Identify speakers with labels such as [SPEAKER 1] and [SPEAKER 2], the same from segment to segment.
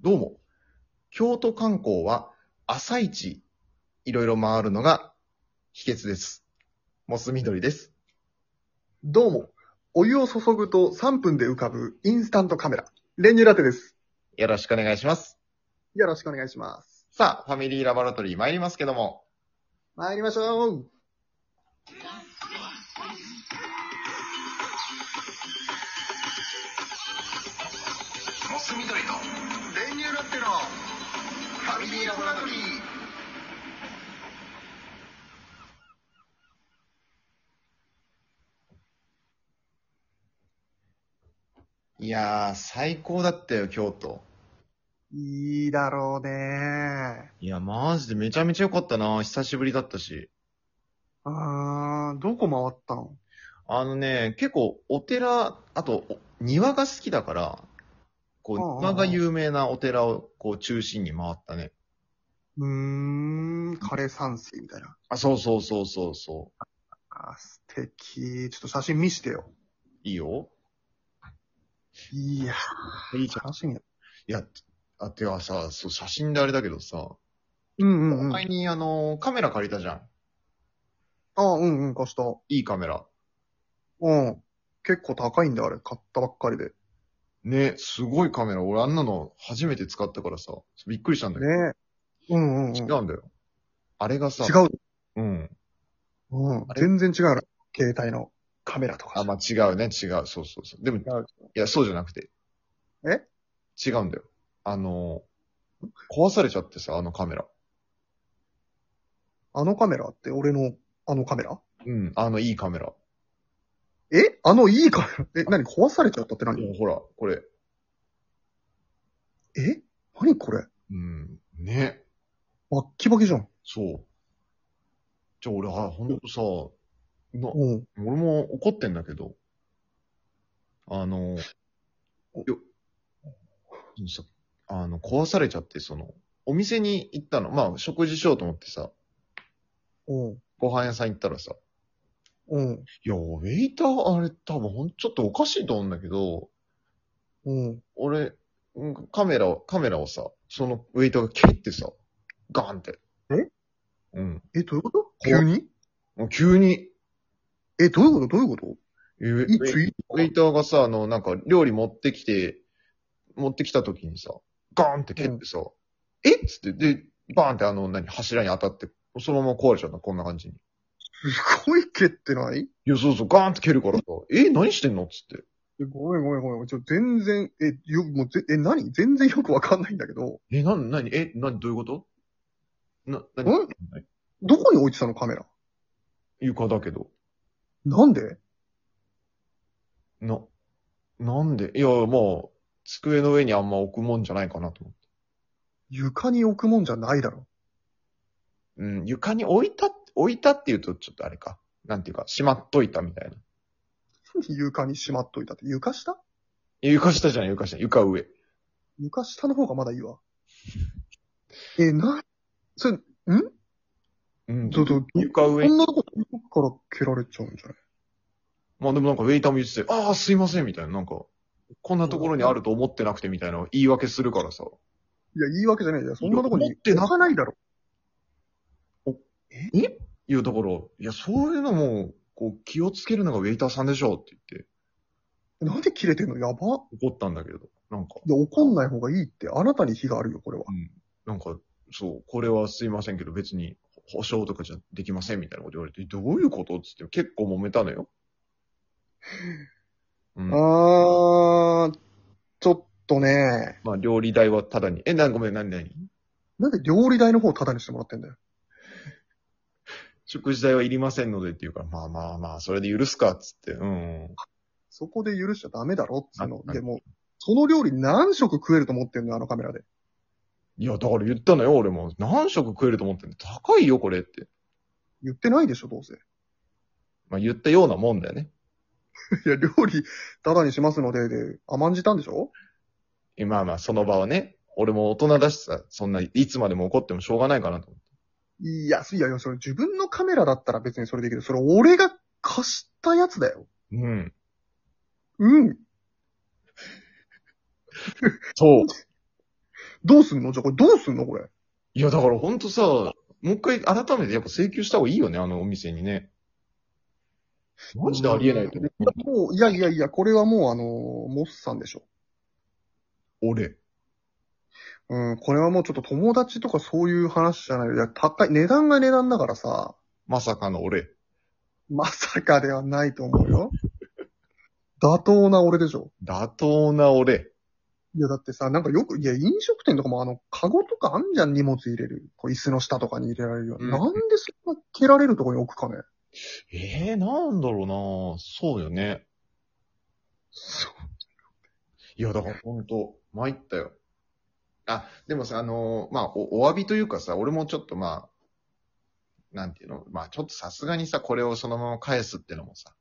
[SPEAKER 1] どうも、京都観光は朝一いろいろ回るのが秘訣です。モス緑です。
[SPEAKER 2] どうも、お湯を注ぐと3分で浮かぶインスタントカメラ、練乳ラテです。
[SPEAKER 1] よろしくお願いします。
[SPEAKER 2] よろしくお願いします。
[SPEAKER 1] さあ、ファミリーラボラトリー参りますけども、
[SPEAKER 2] 参りましょう。
[SPEAKER 3] モス緑と練乳ラッテのファミリーラボラトリー。
[SPEAKER 1] いやー、最高だったよ、京都。
[SPEAKER 2] いいだろうね。
[SPEAKER 1] いや、マジでめちゃめちゃ良かったな。久しぶりだったし。
[SPEAKER 2] あー、どこ回ったの
[SPEAKER 1] あのね、結構お寺、あと、お庭が好きだから、こう、
[SPEAKER 2] うんうんうん
[SPEAKER 1] 庭が有名なお寺をこう中心に回ったね。
[SPEAKER 2] うーん、枯山水みたいな。
[SPEAKER 1] あ、そうそうそうそうそう。
[SPEAKER 2] あー素敵。ちょっと写真見してよ。
[SPEAKER 1] いいよ。
[SPEAKER 2] いや、
[SPEAKER 1] いいじゃん。
[SPEAKER 2] 楽しみだ。
[SPEAKER 1] いや、あ、てかさ、そう、写真であれだけどさ、
[SPEAKER 2] うんうんうん。
[SPEAKER 1] 前にあの、カメラ借りたじゃん。
[SPEAKER 2] あー、うんうん、貸した。
[SPEAKER 1] いいカメラ。
[SPEAKER 2] うん。結構高いんだ、あれ。買ったばっかりで。
[SPEAKER 1] ね、すごいカメラ。俺あんなの初めて使ったからさ、びっくりしたんだけど。
[SPEAKER 2] ねうんうん、うん。
[SPEAKER 1] 違
[SPEAKER 2] 違
[SPEAKER 1] うんだよ。あれがさ、
[SPEAKER 2] う。
[SPEAKER 1] うん。
[SPEAKER 2] うん
[SPEAKER 1] あ。れ
[SPEAKER 2] 全然違うな。携帯のカメラとか。
[SPEAKER 1] あ、まあ違うね、違う。そうそうそう。でも、い
[SPEAKER 2] 違う
[SPEAKER 1] や、そうじゃなくて。
[SPEAKER 2] え
[SPEAKER 1] 違うんだよ。あの、壊されちゃってさ、あのカメラ。
[SPEAKER 2] あのカメラって俺のあのカメラ
[SPEAKER 1] うん、あのいいカメラ。
[SPEAKER 2] えあのいいカメラえ、何壊されちゃったって何
[SPEAKER 1] もうほら、これ。
[SPEAKER 2] え何これ
[SPEAKER 1] うん、ね。
[SPEAKER 2] バッキバキじゃん。
[SPEAKER 1] そう。じゃあ俺、あ、ほんとさ、な、
[SPEAKER 2] うん。
[SPEAKER 1] 俺も怒ってんだけど、あの、よ、さあの、壊されちゃって、その、お店に行ったの、まあ、食事しようと思ってさ、
[SPEAKER 2] うん。
[SPEAKER 1] ご飯屋さん行ったらさ、
[SPEAKER 2] うん。
[SPEAKER 1] いや、ウェイター、あれ、多分ほん、ちょっとおかしいと思うんだけど、
[SPEAKER 2] うん。
[SPEAKER 1] 俺、んカメラを、カメラをさ、そのウェイターが蹴ってさ、ガーンって。
[SPEAKER 2] え
[SPEAKER 1] うん。
[SPEAKER 2] え、どういうこと急に
[SPEAKER 1] もう急に、
[SPEAKER 2] え、どういうことどういうこと
[SPEAKER 1] えウェ
[SPEAKER 2] いつい
[SPEAKER 1] ウェイターがさ、あの、なんか、料理持ってきて、持ってきた時にさ、ガーンって蹴ってさ、えっつって、で、バーンってあの、何、柱に当たって、そのまま壊れちゃった、こんな感じに。
[SPEAKER 2] すごい蹴ってない
[SPEAKER 1] いや、そうそう、ガーンって蹴るからさ、え、何してんのっつって。
[SPEAKER 2] えごめんごめんごめん。ちょ、全然、え、よ、もうぜ、え、何全然よくわかんないんだけど、
[SPEAKER 1] え、な、なに、え、なに、どういうことな、なに
[SPEAKER 2] ん、どこに置いてたのカメラ
[SPEAKER 1] 床だけど。
[SPEAKER 2] なんで
[SPEAKER 1] な、なんで、いや、まあ、机の上にあんま置くもんじゃないかなと思って。
[SPEAKER 2] 床に置くもんじゃないだろ。
[SPEAKER 1] うん、床に置いた、置いたって言うとちょっとあれか。なんていうか、しまっといたみたいな。
[SPEAKER 2] 床にしまっといたって。床下
[SPEAKER 1] いや床下じゃない、床下、床上。
[SPEAKER 2] 床下の方がまだいいわ。え、な、それ、
[SPEAKER 1] うん
[SPEAKER 2] ちょっと、
[SPEAKER 1] 床
[SPEAKER 2] こ
[SPEAKER 1] 上に。
[SPEAKER 2] んなとこから蹴られちゃうんじゃない
[SPEAKER 1] まあでもなんかウェイターも言ってて、ああ、すいません、みたいな。なんか、こんなところにあると思ってなくて、みたいな言い訳するからさ。
[SPEAKER 2] いや、言い訳じゃないじゃん。そんなとこ
[SPEAKER 1] いや
[SPEAKER 2] に
[SPEAKER 1] 持ってな
[SPEAKER 2] 置かないだろ。
[SPEAKER 1] いや、だから、いや、そういうのも、こう、気をつけるのがウェイターさんでしょうって言っ
[SPEAKER 2] なんで切れてんのやば。
[SPEAKER 1] て、怒ったんだけど、なんか、
[SPEAKER 2] いや、怒んない方がいいって、あなたに非があるよ、これは。
[SPEAKER 1] なんか、そう、これはすいませんけど、別に保証とかじゃできません、みたいなこと言われて、どういうことっつって、結構揉めたのよ。うん。
[SPEAKER 2] あー、ちょっとね、
[SPEAKER 1] まあ、料理代はただに、え、な、ごめん、なになに
[SPEAKER 2] なんで料理代の方をタダにしてもらってんだよ。
[SPEAKER 1] 食事代はいりませんのでっていうから、まあまあまあ、それで許すかっつって、うん。
[SPEAKER 2] そこで許しちゃダメだろ、つうの。
[SPEAKER 1] あ
[SPEAKER 2] でも、その料理何食食えると思ってんのよ、あのカメラで。
[SPEAKER 1] いや、だから言ったのよ、俺も。何食食えると思ってんの高いよ、これって。
[SPEAKER 2] 言ってないでしょ、どうせ。
[SPEAKER 1] まあ言ったようなもんだよね。
[SPEAKER 2] いや、料理タダにしますので、で、甘んじたんでしょ
[SPEAKER 1] えまあまあ、その場はね、俺も大人だしさ、そんな、いつまでも怒ってもしょうがないかなと思って。
[SPEAKER 2] いや、いやいや、それ自分のカメラだったら別にそれできる。それ俺が貸したやつだよ。
[SPEAKER 1] うん。
[SPEAKER 2] うん。
[SPEAKER 1] そう。
[SPEAKER 2] どうすんのじゃあこれどうすんのこれ。
[SPEAKER 1] いや、だからほんとさ、もう一回改めてやっぱ請求した方がいいよね、あのお店にね。マジでありえないと思う。
[SPEAKER 2] もう、いやいやいや、これはもうあのーモスさんでしょ。
[SPEAKER 1] 俺。
[SPEAKER 2] うん、これはもうちょっと友達とかそういう話じゃない。いや、高い、値段が値段だからさ、
[SPEAKER 1] まさかの俺。
[SPEAKER 2] まさかではないと思うよ。妥当な俺でしょ。
[SPEAKER 1] 妥当な俺。
[SPEAKER 2] いや、だってさ、なんかよく、いや、飲食店とかもあの、カゴとかあんじゃん、荷物入れる。こう椅子の下とかに入れられるような。
[SPEAKER 1] うん
[SPEAKER 2] なんでそんな蹴られるとこに置くかね。
[SPEAKER 1] ええー、なんだろうなそうよね。
[SPEAKER 2] そう。
[SPEAKER 1] いや、だからほんと、参ったよ。あ、でもさ、あのーまあお、お詫びというかさ、俺もちょっとまあ、なんていうのまあ、ちょっとさすがにさ、これをそのまま返すってのもさ。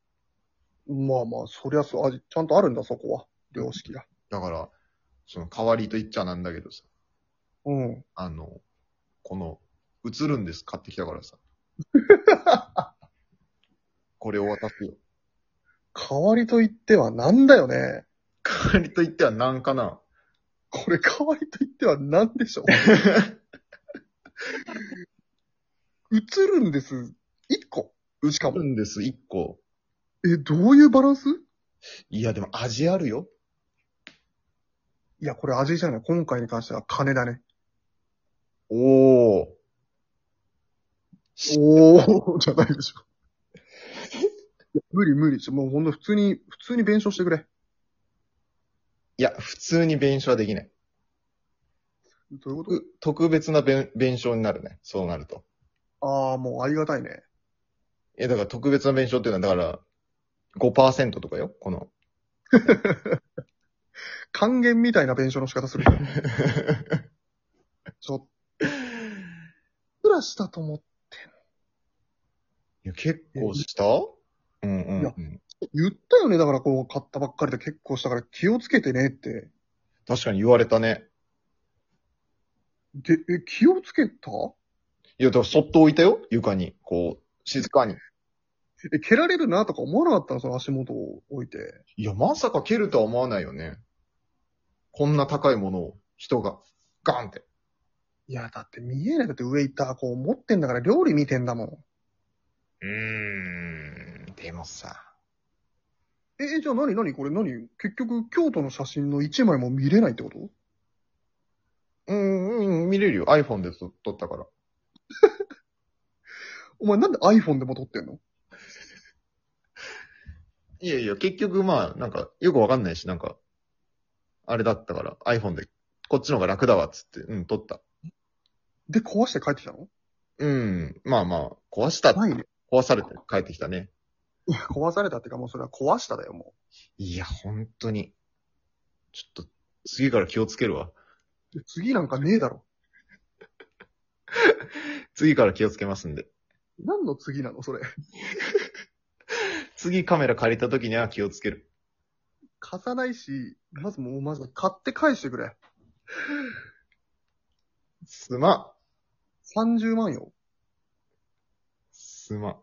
[SPEAKER 2] まあまあ、そりゃそう、あ、ちゃんとあるんだ、そこは。良識が。
[SPEAKER 1] だから、その代わりと言っちゃなんだけどさ、
[SPEAKER 2] うん。
[SPEAKER 1] あの、この、映るんです買ってきたから さ。これを渡すよ。
[SPEAKER 2] 代わりと言ってはなんだよね。
[SPEAKER 1] 代わりと言ってはなんかな
[SPEAKER 2] これ代わりと言ってはなんでし ょう。映るんです。一個。しか
[SPEAKER 1] 映る
[SPEAKER 2] も。
[SPEAKER 1] んです、一個。
[SPEAKER 2] え、どういうバランス
[SPEAKER 1] いや、でも味あるよ。
[SPEAKER 2] いや、これ味じゃない。今回に関しては金だね。
[SPEAKER 1] おお。
[SPEAKER 2] おー、 じゃないでしょ。いや無理無理。ちょもうほんと普通に、普通に弁償してくれ。
[SPEAKER 1] いや、普通に弁償はできない。
[SPEAKER 2] どういうこと
[SPEAKER 1] 特特別な弁弁償になるね。そうなると。
[SPEAKER 2] ああ、もうありがたいね。
[SPEAKER 1] え、だから特別な弁償っていうのは、だから、5%とかよ、こ の。
[SPEAKER 2] 還元みたいな弁償の仕方 する。ちょっと、らしたと思って。
[SPEAKER 1] いや、結構したうんうん、うん。
[SPEAKER 2] 言ったよね。だからこう、買ったばっかりで結構したから気をつけてねって。
[SPEAKER 1] 確かに言われたね。
[SPEAKER 2] で、え、気をつけた
[SPEAKER 1] いや、だからそっと置いたよ、床に。こう、静かに。
[SPEAKER 2] え、蹴られるなとか思わなかったのその足元を置いて。
[SPEAKER 1] いや、まさか蹴るとは思わないよね。こんな高いものを、人が、ガンって。
[SPEAKER 2] いや、だって見えない。だって上行った、こう持ってんだから料理見てんだもん。
[SPEAKER 1] うーん、でもさ。
[SPEAKER 2] え、えじゃあ何何これ何結局、京都の写真の一枚も見れないってこと
[SPEAKER 1] うん、うん、見れるよ。iPhone で撮撮ったから。
[SPEAKER 2] お前なんで iPhone でも撮ってんの
[SPEAKER 1] いやいや、結局まあ、なんか、よくわかんないし、なんか、あれだったから、iPhone で、こっちの方が楽だわ、っつって、うん、撮った。
[SPEAKER 2] で、壊して帰ってきたの
[SPEAKER 1] うん、まあまあ、壊した、
[SPEAKER 2] ないね。
[SPEAKER 1] 壊されて帰ってきたね。
[SPEAKER 2] いや壊されたっていうか、もうそれは壊しただよ、も
[SPEAKER 1] いや、本当に。ちょっと、次から気をつけるわ。
[SPEAKER 2] う。で次なんかねえだろ。
[SPEAKER 1] 次から気をつけますんで。
[SPEAKER 2] 何の次なのそれ。
[SPEAKER 1] 次カメラ借りた時には気をつける。
[SPEAKER 2] 貸さないし、まずもうまず買って返してくれ。
[SPEAKER 1] すま、
[SPEAKER 2] 30万よ。
[SPEAKER 1] すま。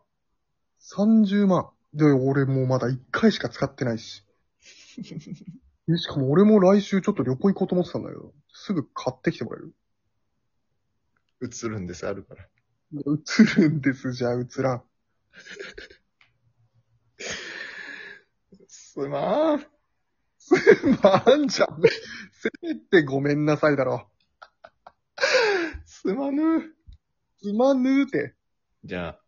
[SPEAKER 2] 30万。で、俺もうまだ1回しか使ってないし。でしかも俺も来週ちょっと旅行行こうと思ってたんだけど、すぐ買ってきてもらえる
[SPEAKER 1] 映るんです、あるから。
[SPEAKER 2] 映るんです、じゃあ映らん。
[SPEAKER 1] すまー。
[SPEAKER 2] なんじゃん。せめてごめんなさいだろ。
[SPEAKER 1] すまぬー。
[SPEAKER 2] すまぬーて。
[SPEAKER 1] じゃあ、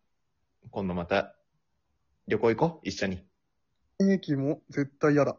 [SPEAKER 1] 今度また、旅行行こう、一緒に。
[SPEAKER 2] 駅も絶対嫌だ。